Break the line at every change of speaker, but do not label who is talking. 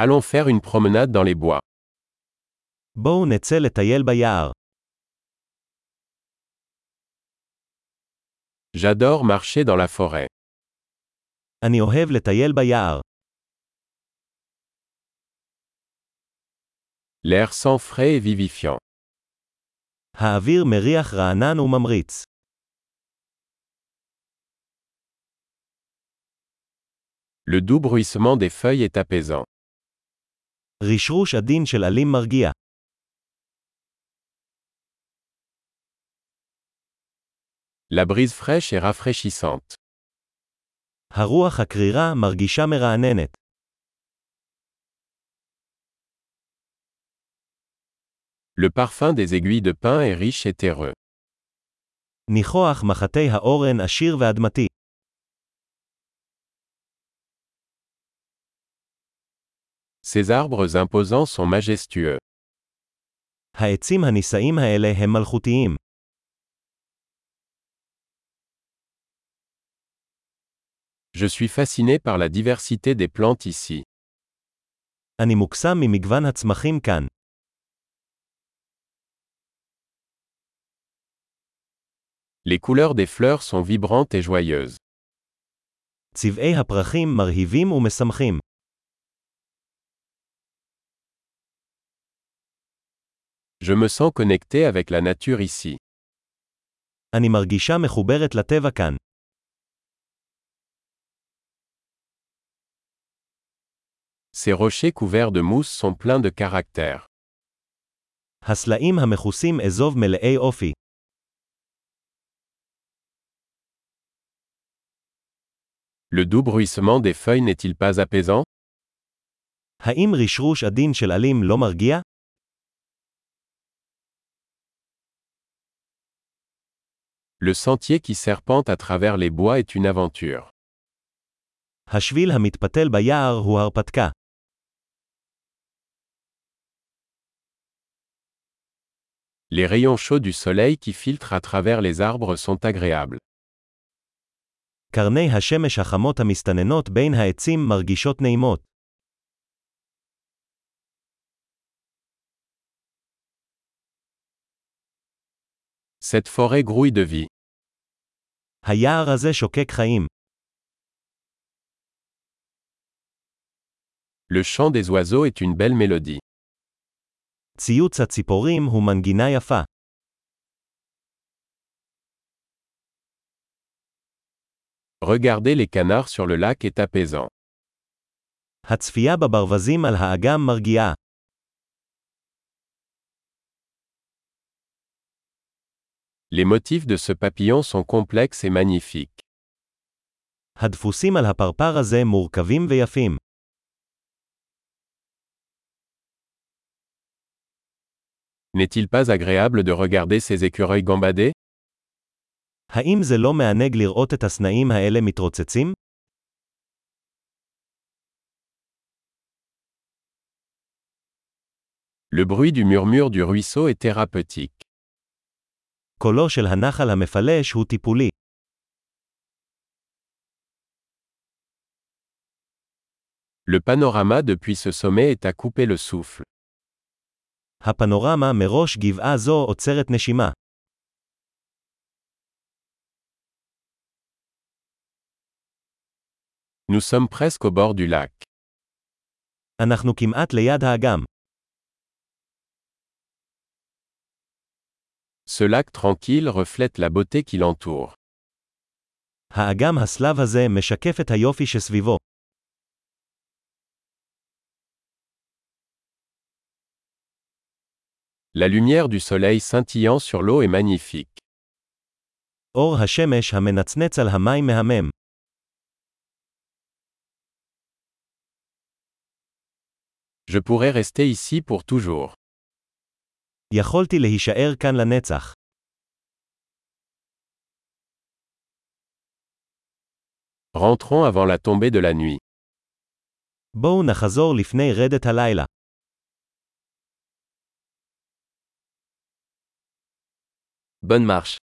Allons faire une promenade dans les bois.
בואו נצא לטייל ביער.
J'adore marcher dans la forêt.
אני אוהב לטייל ביער.
L'air sent frais et vivifiant.
האוויר מריח רענן וממריץ.
Le doux bruissement des feuilles est apaisant.
רשרוש עדין של עלים מרגיע.
La brise fraîche est rafraîchissante.
הרוח הקרירה מרגישה מרעננת.
Le parfum des aiguilles de pin est riche et terreux.
ניחוח מחטי האורן עשיר ואדמתי.
Ces arbres imposants sont majestueux.
העצים הנישאים האלה הם מלכותיים.
Je suis fasciné par la diversité des plantes ici.
אני מוקסם ממגוון הצמחים כאן.
Les couleurs des fleurs sont vibrantes et joyeuses.
צבעי הפרחים מרהיבים ומשמחים.
Je me sens connecté avec la nature ici.
אני מרגישה מחוברת לטבע כאן.
Ces rochers couverts de mousse sont pleins de caractère.
הסלעים המכוסים אזוב מלאי אופי.
Le doux bruissement des feuilles n'est-il pas apaisant
האם רשרוש עדין של עלים לא מרגיע?
Le sentier qui serpente à travers les bois est une aventure.
השביל המתפתל ביער הוא הרפתקה.
Les rayons chauds du soleil qui filtrent à travers les arbres sont agréables.
קרני השמש החמות המסתננות בין העצים מרגישות נעימות.
Cette forêt grouille de vie.
היער הזה שוקק חיים.
Le chant des oiseaux est une belle mélodie.
ציוץ הציפורים הוא מנגינה יפה.
Regarder les canards sur le lac est apaisant.
הצפייה בברווזים על האגם מרגיעה.
Les motifs de ce papillon sont complexes et magnifiques.
הדפוסים על הפרפר הזה מורכבים ויפים.
N'est-il pas agréable de regarder ces écureuils gambader
האם זה לא מענג לראות את הסנאים האלה מתרוצצים?
Le bruit du murmure du ruisseau est thérapeutique.
קולו של הנחל המפלש הוא טיפולי.
Le panorama depuis ce sommet est à couper le souffle.
הפנורמה מראש גבעה זו עוצרת נשימה.
Nous sommes presque au bord du lac.
אנחנו כמעט ליד האגם.
Ce lac tranquille reflète la beauté qui l'entoure.
האגם הסלב הזה משקף את היופי שסביבו.
La lumière du soleil scintillant sur l'eau est magnifique.
אור השמש המנצנץ על המים מהמם.
Je pourrais rester ici pour toujours.
יכולתי להישאר כאן לנצח.
Rentrons avant la tombée de la nuit.
בואו נחזור לפני רדת הלילה.
Bonne marche.